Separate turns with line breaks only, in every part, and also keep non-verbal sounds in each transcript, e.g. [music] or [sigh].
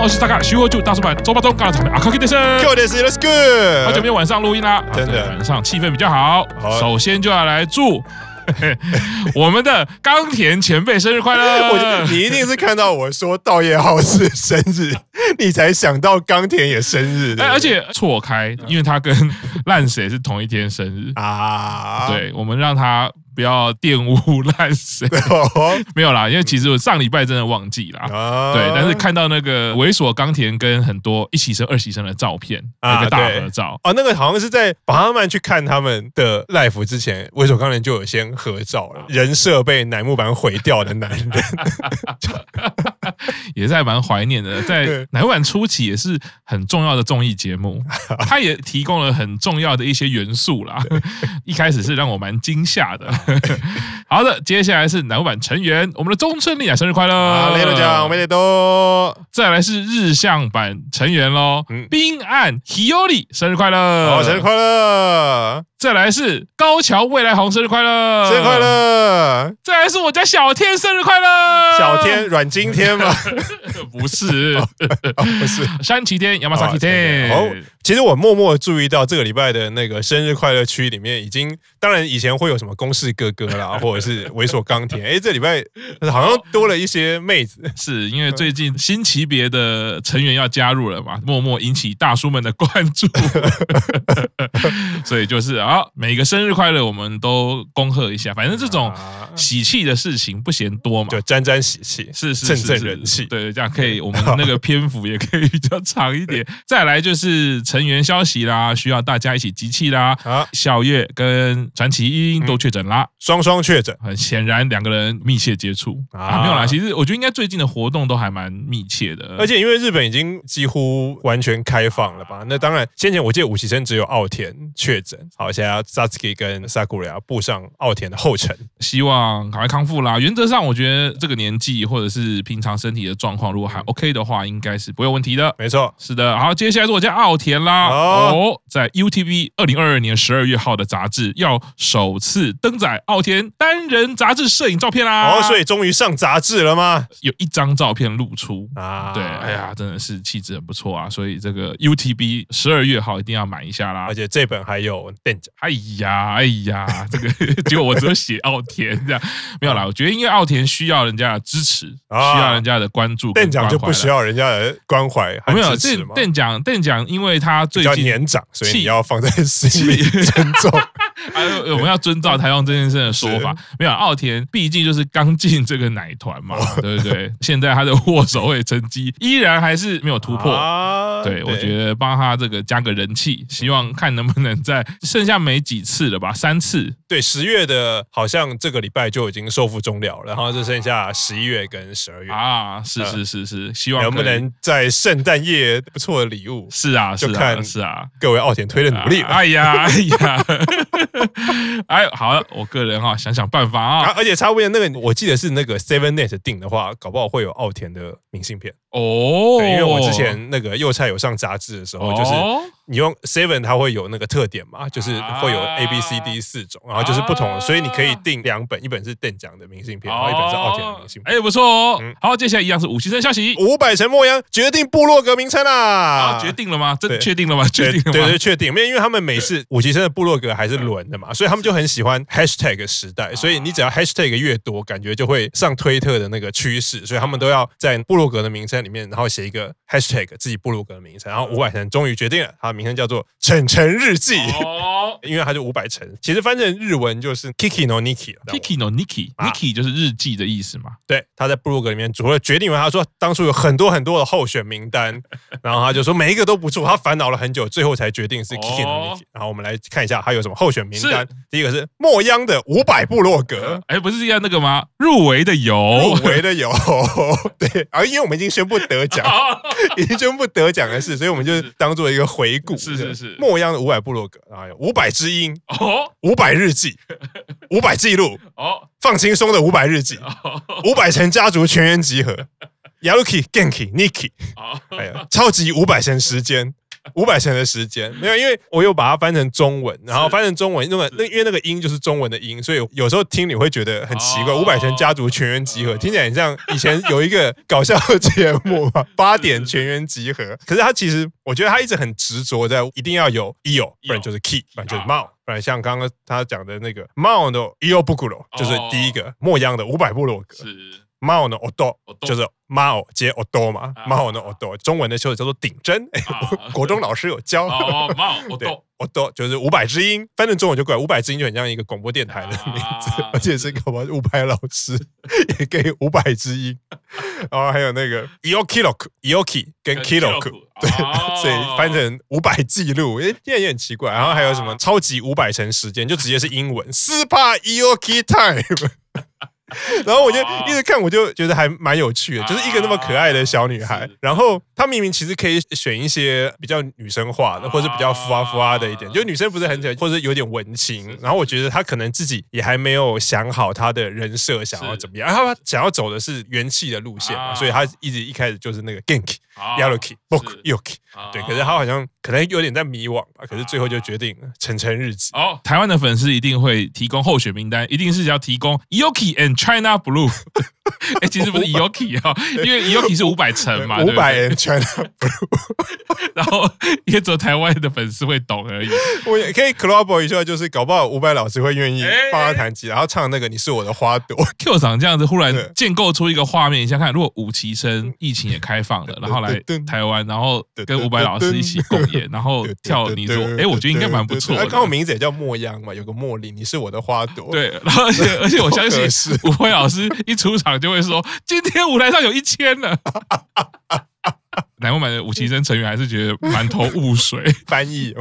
我是大咖徐国柱，大叔版周八周尬场的阿 Q 先生。
Q 的是 Let's
好久
Go，
没有晚上录音啦，
真的
啊对晚上气氛比较好。
好
首先就要来祝我们的冈田前辈生日快
[laughs] 我就
乐。
你一定是看到我说道叶浩是生
[laughs]
日，你才想到冈田也生日的、
哎，而且错开，因为他跟烂谁是同一天生日，
啊，
对我们让他不要玷污烂谁。
[laughs] 哦，
没有啦，因为其实我上礼拜真的忘记啦。
啊
对，但是看到那个猥琐冈田跟很多一起生、二起生的照片，
啊
那个大
对
合照，
哦，那个好像是在巴哈曼去看他们的 l i f e 之前，维索冈人就有先合照
啊
了，人设被乃木坂毁掉的男人，
[laughs] 也是还蛮怀念
[laughs]
的。在
对
乃木坂初期也是很重要的综艺节
[laughs]
目，它也提供了很重要的一些元素啦。一开始是让我蛮惊吓的。 [laughs] 好的，接下来是乃木坂成员，我们的中村丽雅生日快
啊，
乐！
雷诺奖，梅得多。
再来是日向版成员喽
嗯，
冰岸 Hiyori 生日快乐！
好，哦生日快乐，
再来是高桥未来红生日快乐，
生日快！乐，
再来是我家小天生日快乐，
小天阮经天嘛，
不
[laughs]
是
哦不是。
山崎天 Yamasaki
哦
天，，
其实我默默地注意到这个礼拜的那个生日快乐区里面，已经当然以前会有什么公式哥哥啦，或者是猥琐钢铁，哎，这礼拜好像多了一些妹子，
是因为最近新级别的成员要加入了嘛，默默引起大叔们的关
[laughs]
注，所以就是啊，每个生日快乐我们都恭贺一下，反正这种
啊
喜气的事情不嫌多嘛。
就沾沾喜气，
是是
振
是
振
是
人气
对，这样可以，我们那个篇幅也可以比较长一
[laughs]
点。再来就是成员消息啦，需要大家一起集气啦。
啊，
小月跟传奇
嗯
音都确诊啦，
双双确诊
很显然两个人密切接触
啊
啊，没有啦。其实我觉得应该最近的活动都还蛮密切的，
而且因为日本已经几乎完全开放了吧？那当然，先前我记得武崎生只有奥田确诊，好，现在要 Satsuki 跟 Sakura 步上奥田的后尘。
希望赶快康复啦。原则上，我觉得这个年纪或者是平常身体的状况，如果还
嗯
OK 的话，应该是不会有问题的。
没错，
是的，好，接下来是我家奥田啦。
哦
哦，在 UTV 二零二二年十二月号的杂志要首次登载奥田单人杂志摄影照片啦。
哦，所以终于上杂志了吗？
有一张照片露出。
啊，
对，哎呀，真的是气质很不错啊，所以这个 UTB 十二月号一定要买一下啦
而。且这本还有店长
哎呀，哎呀，
[laughs]
这个结果我只有写奥田这样，没有啦。我觉得因为奥田需要人家的支持，需
啊
要人家的关注跟
店
关怀啦，
长就不需要人家的关怀
没有
和支
这
持吗？
店长店长，因为他
比
最
较
近
年长，所以
气
你要放在心里尊重。
还哎有我们要遵照台湾这件事的说法，
嗯
没有奥田，毕竟就是刚进这个奶团嘛，
哦
对不对？现在他的握手会成绩依然还是没有 [laughs] 突破。
啊嗯
对，我觉得帮他这个加个人气，希望看能不能在剩下没几次了吧，三次
对十月的，好像这个礼拜就已经收复终了，然后就剩下十一月跟十二月，
啊，是是是是，希望
能不
可以
能在圣诞夜不错的礼物，
是啊是
就
啊
看
是啊，
各位奥田推的努力
啊
了。
哎呀哎呀， [laughs] 哎，好了，我个人哈、想想办法啊
啊，而且差不多那个，我记得是那个 Seven Net 订的话，搞不好会有奥田的明信片。
哦，
对，因为我之前那个幼菜有上杂志的时候，就是
哦
你用 Seven 它会有那个特点嘛，就是会有
啊
A B C D 四种，然后就是不同的，所以你可以订两本，一本是邓奖的明信片，然后哦一本是奥田的明信片。
哎，不错哦
嗯。哦
好，接下来一样是五星生消息。
五百城莫央决定部落格名称啦，
啊，决。定了吗？这
对
确定了吗？
对
确定
对
了吗
对，？确定，因为因为他们每次五级生的部落格还是轮的嘛，所以他们就很喜欢 hashtag 时代，所以你只
啊
要 hashtag 越多，感觉就会上推特的那个趋势，所以他们都要在部落格的名称里面，然后写一个 hashtag 自己部落格的名称，然后五百城终于决定了，它的名称叫做“晨晨日记”。
哦
因为它就五百层，其实翻成日文就是 Kiki no Niki 啊。
，Kiki no Niki，Niki 就是日记的意思嘛。
对，他在部落格里面除了决定完，他说当初有很多很多的候选名单，
[laughs]
然后他就说每一个都不错，他烦恼了很久，最后才决定是 Kiki no
哦
Niki。然后我们来看一下他有什么候选名单
是，
第一个是莫央的五百部落格。
哎，不是要那个吗？入围的
呃入
有。
围的
[laughs]
有，对，而因为我们已经宣布得奖，
哦
已经宣布得奖的事，所以我们就是当做一个回顾。
是是是
莫央的五百部落格啊，有五百知音、
哦
五百日记、五百记录、
哦
放轻松的五百日记，
哦
五百城家族全员集合。Yaruki、Genki、Niki， [laughs]
哦
还有超级五百神时间，五百成的时间，没有，因为我有把它翻成中文，然后翻成中文，那么那因为那个音就是中文的音，所以有时候听你会觉得很奇怪。
哦
五百成家族全员集合，听起来很像以前有一个搞笑的节目 [laughs] 嘛，八点全员集合。可是他其实，我觉得他一直很执着在一定要有 io，不然就是 key，不然就是 mao。不然像刚刚他讲的那个 mao 的 io b u g u r o 就是第一个莫央的五百部落格
是啊
mao 的 odo
，odo
[laughs] 就是 mao 接 odo 嘛
哦啊
，mao 的 odo 中文的修叫做顶
[laughs]
针，哎
啊
国中老师有教。
哦，帽我
对
懂，
我都就是五百之音，翻成中文就怪五百之音就很像一个广播电台的名字，
啊
而且是搞不好五百老
[laughs]
师也给五百之音，然后还有那个 Yokilok Yoki 跟哦 Kilok，
对
所
哦
以翻成五百记录，诶，现在也很奇怪。然后还有
啊
什么超级五百乘时间，就直接是英文 Super Yoki Time。然后我就
啊
一直看，我就觉得还蛮有趣的，就是一个那么可爱的小女孩
是。
然后她明明其实可以选一些比较女生化的，或者比较浮啊浮啊的一点，
啊
就女生不是很喜欢，或者有点文青
是。
然后我觉得她可能自己也还没有想好她的人设想要
是
怎么样，然后她想要走的是元气的路线嘛，
啊
所以她一直一开始就是那个 Genki Yaroki Boku
是
Yoki。对，可是他啊好像可能有点在迷惘吧，可是最后
啊
就决定晨晨日记。
哦，台湾的粉丝一定会提供候选名单，一定是要提供 Yoki and China Blue。哎、 [laughs] 其实不是 Yoki 啊、因为 Yoki 是五百层哦嘛，
五百
对
人全，
不对，然后也只有台湾的粉丝会懂
[laughs]
而已。
[laughs] 我也可以 collaborate 一下，就是搞不好五百老师会愿意
哎哦
帮他弹吉他，然后唱那个你是我的花朵， [laughs]
Q 厂这样子忽然
对嗯
建构出一个画面，你想想看，如果五旗生疫情也开放了，然后来
噔噔噔
台湾，然后跟伍佰老师一起共演，然后跳你说，哎、我觉得应该蛮不错
对对对对对对对
的。
他刚好名字也叫莫央嘛，有个茉莉，你是我的花朵。，
对，然后而
[laughs]
且而且我相信
可是
伍佰老师一出场就会说，今天舞台上有一千了。南国版的五旗生成员还是觉得满头雾水。
翻
[laughs]
译。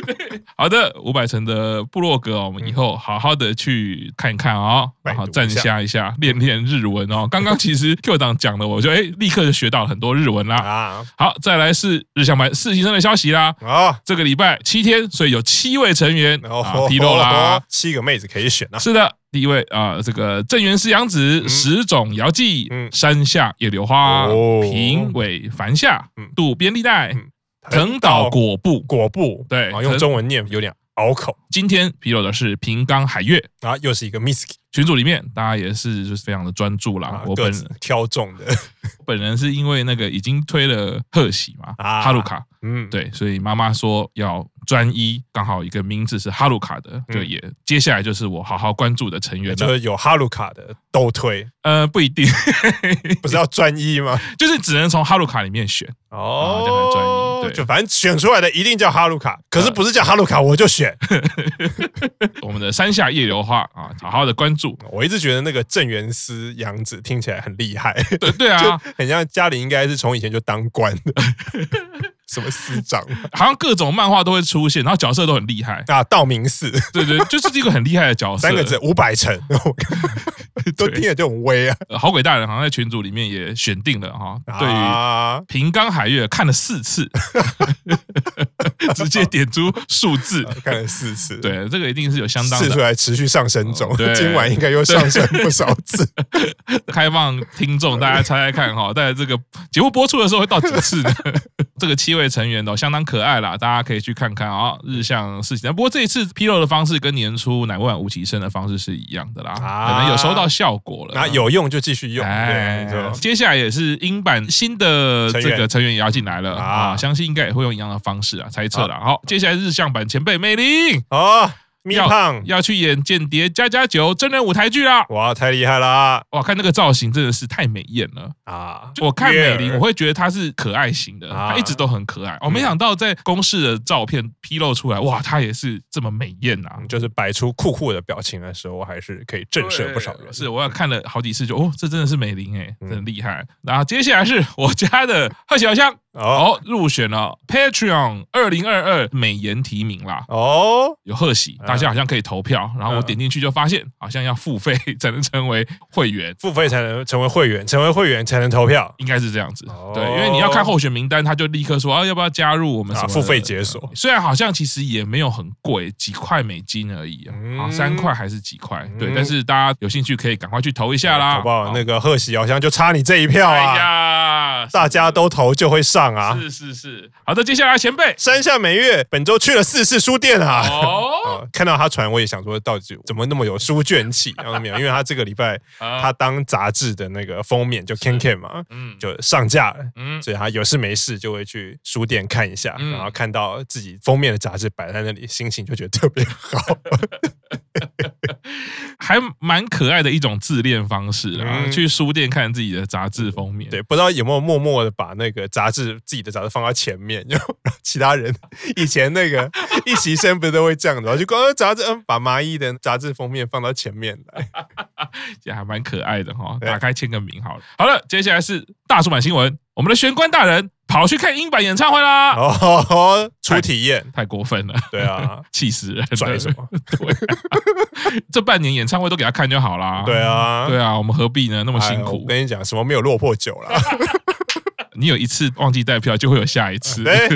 [laughs]
好的，五百层的部落格哦，我们以后好好的去看一看哦，
百
然
度
后
一下
站下一下，练练日文哦。刚刚其实 Q 党讲的，我就哎立刻就学到了很多日文啦。
啊，
好，再来是日向版实习生的消息啦。
好，
这个礼拜七天，所以有七位成员
然后
啊披露啦。
[laughs] 七个妹子可以选啊。
[laughs] 是的，第一位啊、这个正源师阳子、石种遥纪、
嗯
山下野柳花、
哦
平尾繁夏
嗯、
渡边利代
嗯、
藤岛果布。
果布，
对
啊，用
藤
中文念有点拗口
今天披露的是平冈海月。
啊，又是一个 miski
群组里面，大家也是就是非常的专注啦
啊。，
我
各
本
自挑中的，
本人是因为那个已经推了贺喜嘛，
啊
哈鲁卡，
嗯，
对，所以妈妈说要专一，刚好一个名字是哈鲁卡的，
嗯
就也接下来就是我好好关注的成员
就
了。
是有哈鲁卡的
[laughs]
都推，
呃，不一定，
不是要专一吗？
就是只能从哈鲁卡里面选。
哦
啊这很专一对嗯
就反正选出来的一定叫哈鲁卡，可是不是叫哈鲁卡我就选。 [laughs]
我们的山下夜流花啊，好好的关注。
[laughs] 我一直觉得那个郑元思杨子听起来很厉害， [laughs]
对对
就
啊，
很像家里应该是从以前就当官的， [laughs] 什么司长
好像各种漫画都会出现，然后角色都很厉害。
啊，道明寺
对对，就是一个很厉害的角色。
三个字五百城， [laughs] 都听着就很威啊。
呃好鬼大人好像在群组里面也选定了哈，对于
啊，
平冈海月看了四
[laughs]
次， [laughs] 直接点出数字。
看了四次，，
对，这个一定是有相当
次数
的
还持续上升中
哦，对
[laughs] 今晚应该又上升不少次。
开放听众，大家猜猜看哈， [laughs] 在这个节目播出的时候会到几次呢？ [laughs] 这个七位成员哦，相当可爱啦，大家可以去看看啊、日向事情。不过这一次披露的方式跟年初乃木坂无极生的方式是一样的啦，
啊
可能有收到效果了。
[laughs] 那有用就继续用，
哎
对，就
接下来也是英版新的这
成员
个成员也要进来了
啊
啊，相信应该也会用一样的方式啊，猜测了。好，接下来日向版前辈美玲
哦，咪
要
胖，
要去演《间谍加加九》真人舞台剧啦！
哇，太厉害啦！
哇，看那个造型真的是太美艳了。
啊，
我看美
月
玲，
儿
我会觉得她是可爱型的，
啊
她一直都很可爱。哦我没想到在公示的照片披露出来，哇，她也是这么美艳啊！
就是摆出酷酷的表情的时候，我还是可以震慑不少人。嗯
是，我也看了好几次就，哦，这真的是美玲哎、真的厉害。然后接下来是我家的贺小香，
哦
哦，入选了 Patreon 二零二二美颜提名啦。
哦，
有贺喜，大家好像可以投票，然后我
嗯
点进去就发现，好像要付费 [laughs] 才能成为会员，
付费才能成为会员，成为会员才能投票
应该是这样子
哦。
对，因为你要看候选名单，他就立刻说啊，要不要加入我们什
啊，
么的
付费解锁。
虽然好像其实也没有很贵，几块美金而已啊
嗯
啊，三块还是几块？对
嗯，
但是大家有兴趣可以赶快去投一下啦，
好不好？
啊
那个贺喜好像就差你这一票
哎
啊！
呀，啊，是
大家都投就会上啊。
是是是。好的，接下来前
[laughs]
辈，
山下美月本周去了四次书店啊。
哦，
哦，看到他传，我也想说，到底怎么那么有书卷气？然后没有，因为他这个
[laughs]
礼拜他
他
当杂志的那个封面就 Ken Ken 嘛，
嗯
就上架了。
嗯
所以他有事没事就会去书店看一下，
嗯
然后看到自己封面的杂志摆在那里，心情就觉得特别好。
还蛮可爱的一种自恋方式啦，
嗯
去书店看自己的杂志封面。
对，不知道有没有默默的把那个杂志自己的杂志放到前面，然后让其他人以前那个一习生不是都会这样子，然后就光杂志，嗯，把麻衣的杂志封面放到前面来。
也还蛮可爱的哈。
对
打开签个名好了。好了，接下来是大出版新闻，我们的玄关大人跑去看英版演唱会啦，
哦，初体验，
太过分了，，
对啊
气死人！
拽什？么？
哎对啊 [laughs] 这半年演唱会都给他看就好啦。
对。啊，
对啊，我们何必呢？那么
哎
辛
我
苦，
跟你讲，什么没有落魄酒
[laughs]
啦？
你有一次忘记带票，就会有下一次。
哎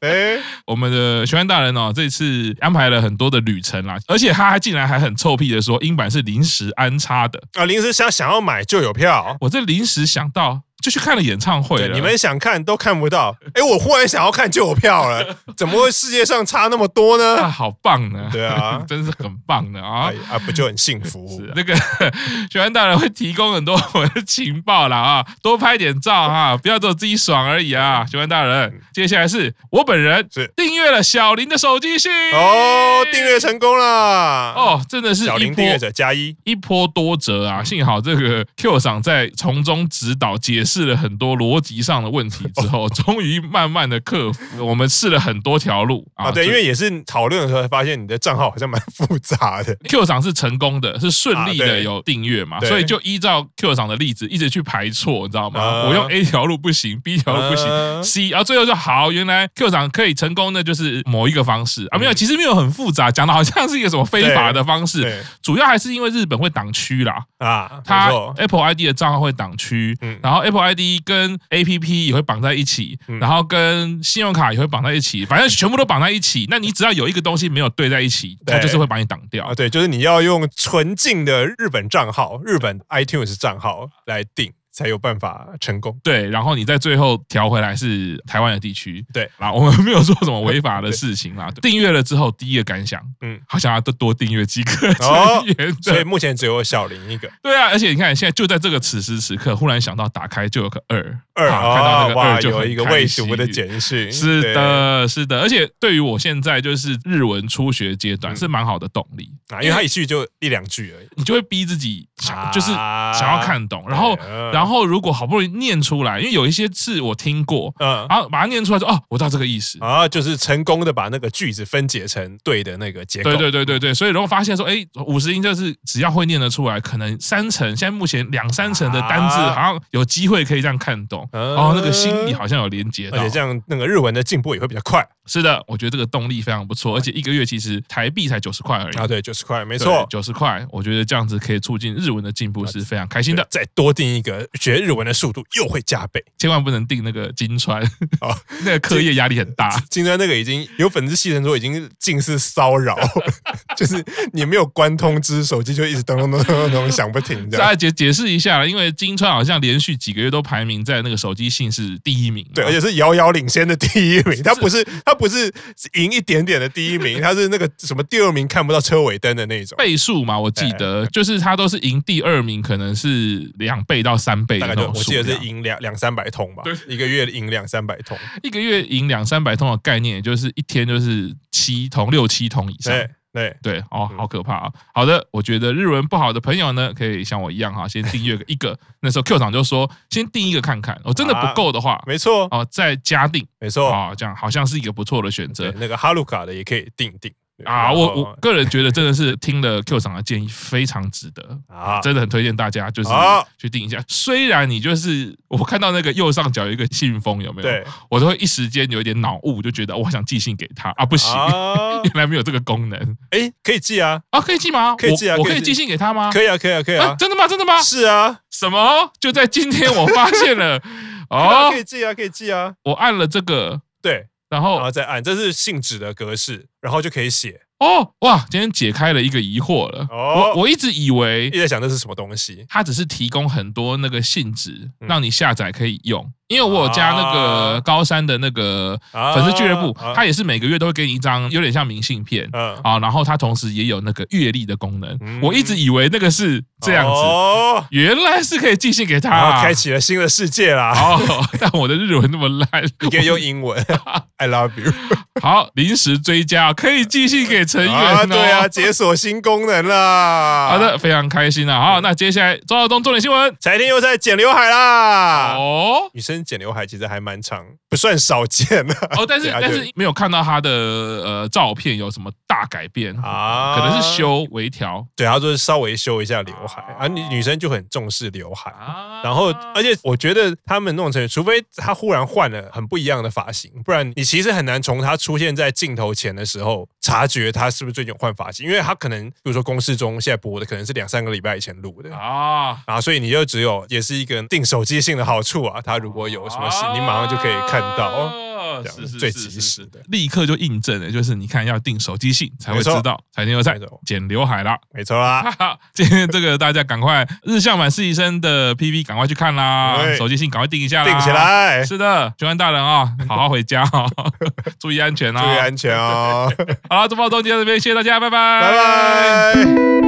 哎，
我们的玄幻大人哦，这次安排了很多的旅程啦，而且他还竟然还很臭屁的说，英版是临时安插的。
啊，临时想想要买就有票。
我这临时想到，就去看了演唱会
对，
了。
你们想看都看不到。 [laughs] 哎，我忽然想要看就有
[laughs]
票了，怎么会世界上差那么多
啊，
呢？
好棒呢！
对啊
[laughs] 真是很棒的啊
哎。啊，不就很幸福？
是那啊个 [laughs] 玄幻大人会提供很多我们的情报啦啊，多拍点照啊，不要只有自己爽而已啊，玄幻大人。接下来是我本人
嗯是
订阅了小林的手机信
哦，订阅成功啦！哦，
哦，真的是
小
一
林
波
订阅者嗯加一。
一波多折啊！幸好这个 Q 赏在从中指导、解释了很多逻辑上的问题之
[laughs]
后，终于慢慢的克服。我们试了很多条路
啊，对，
就
因为也是讨论的时候才发现你的账号好像蛮复杂的，
Q 赏是成功的，是顺利
啊
的
对
有订阅嘛，
对
所以就依照 Q 赏的例子一直去排错，你知道吗？
啊
我用 A 条路不行，B 条路不行。
啊
C，然后最后就好，原来 Q 赏可以成功的就是某一个方式
嗯
啊，没有，其实没有很复杂，讲的好像是一个什么非法的方式，
对
主要还是因为日本会挡区啦，
啊，没
它
错
Apple ID 的账号会挡区，
嗯
然后 Apple ID 跟 APP 也会绑在一起，
嗯
然后跟信用卡也会绑在一起，反正全部都绑在一起。那你只要有一个东西没有对在一起，它
对
就是会把你挡掉
啊，。对，就是你要用纯净的日本账号、日本 iTunes 账号来订，才有办法成功。
对，然后你在最后调回来是台湾的地区，
对
啦，我们没有做什么违法的事情啦。订阅了之后，第一个感想，嗯
嗯，
好想要多多订阅几个
哦
成员的
所以目前只有小林一个
对啊，而且你看，现在就在这个此时此刻，忽然想到打开就有个二
二
啊看到
啊
那，个
哇，
二就
有
很
一个
开
未读
心
的简讯，
是
对
的，是的，而且对于我现在就是日文初学阶段
嗯
是蛮好的动力，
啊，因为他一句就一两句而已，
你就会逼自己想，
啊
就是想要看懂，然后
对嗯
然后如果好不容易念出来，因为有一些字我听过，
嗯。
然后把它念出来说哦，我知道这个意思。
啊，就是成功的把那个句子分解成对的那个结构。
对对对对对，所以然后发现说，哎，五十音就是只要会念得出来，可能三成，现在目前两三成的单字
啊
好像有机会可以这样看懂，
嗯
哦，那个心里好像有连接到
而且。这样那个日文的进步也会比较快
是的，我觉得这个动力非常不错，而且一个月其实台币才九十块而已
啊。对，九十块，没错。啊
九十块，我觉得这样子可以促进日文的进步，是非常开心的
对。再多订一个，学日文的速度又会加倍。
千万不能订那个金川，
哦
[laughs] 那个课业压力很大。
金川那个已经有粉丝戏称说已经近似骚扰， [laughs] 就是你没有关通知，手机就一直咚咚咚咚咚咚响不停这
大
样。
家解解释一下啦，因为金川好像连续几个月都排名在那个手机信是第一名嘛，
对，而且是遥遥领先的第一名，他不是他不是赢一点点的第
[laughs]
一名，他是那个什么第二名看不到车尾灯的那种，
倍数嘛，我记得就是他都是赢第二名，可能是两倍到三倍
大
的
概
那
就
种
我
数
记得
量。
是赢两两三百通吧，一个月赢两三百通。
一个月赢两三百通的概念，也就是一天就是七通六七通以上。
对对，
对哦，
嗯
好可怕啊！好的，我觉得日文不好的朋友呢，可以像我一样哈，先订阅个一个。那时候 Q 厂就说，先订一个看看，哦，真的不够的话，
没错
哦，再加订
没错。
啊，这样好像是一个不错的选
哦对哦
择，
那个哈鲁卡的也可以定定
啊。我我个人觉得真的是听了 Q 厂的建议，非常值得。
啊，
真的很推荐大家，就是
好
去订一下。虽然你就是我看到那个右上角有一个信封，有没有？
对
[laughs] 我都会一时间有一点脑雾，就觉得我好想寄信给他啊，不行，
啊，
[laughs] 原来没有这个功能
哎，可以寄啊，
啊，可以寄吗？
可以寄啊
我我
可以
可以
寄
寄信给他吗？
可以啊，可以啊，可以
啊，
啊，
真的吗？真的吗？
是啊，
什么？就在今天我发现
[laughs]
了
哦，
哦
可，以寄啊，可以寄啊，
我按了这个，
对，
然
然
后
后再按，这是信纸的格式，然后就可以写
哦，哇，今天解开了一个疑惑了。
哦
我我一直以为
一直在想这是什么东西。
它只是提供很多那个信纸，
嗯
让你下载可以用。因为我有加那
啊
个高山的那个
啊
粉丝俱乐部
啊，
它也是每个月都会给你一张有点像明信片
嗯，
啊，然后它同时也有那个阅历的功能
嗯。
我一直以为那个是这样子，
哦，
原来是可以寄信给他
然后
啊。
开启了新的世界啦。
哦， [laughs] 但我的日文那么烂，
你可以用英文，I love you
[laughs] 好临时追加，可以寄信给成员
啊，
哦。
对啊，解锁新功能啦。
好的，，非常开心啊！好，那接下来周耀东重点新闻
柴天又在剪刘海啦。
哦
女生剪刘海其实还蛮长，不算少见的
哦，但是
对啊
但
就是
没有看到他的呃照片有什么大改变，
啊
可能是，修微调
对，她就是稍微修一下刘海啊。女女生就很重视刘海，
啊
然后，而且我觉得他们那种成员，除非他忽然换了很不一样的发型，不然你其实很难从他出现在镜头前的时候察觉他是不是最近有换发型，因为他可能比如说公式中现在播的可能是两三个礼拜以前录的。
啊，
啊，所以你就只有也是一个定手机性的好处啊，他如果有什么事，你马上就可以看到。
哦
这样
是是
最
是
及
是
时
是
的
立刻就印证了，就是你看要定手机信才会
没
知
错
道，才天又在
没错啊
剪刘海啦。
没错啦
哈，哈， [laughs] 今天这个大家赶快日向版实习生的 PV 赶快去看啦，
对
手机信赶快定一下啦，
定起。来，注
啊是的，全安大人啊、好好回家啊、 [laughs] 注意安全啊、 [laughs]
意安全哦，
好了，这报中间到这边，谢谢大家，拜拜，
拜拜。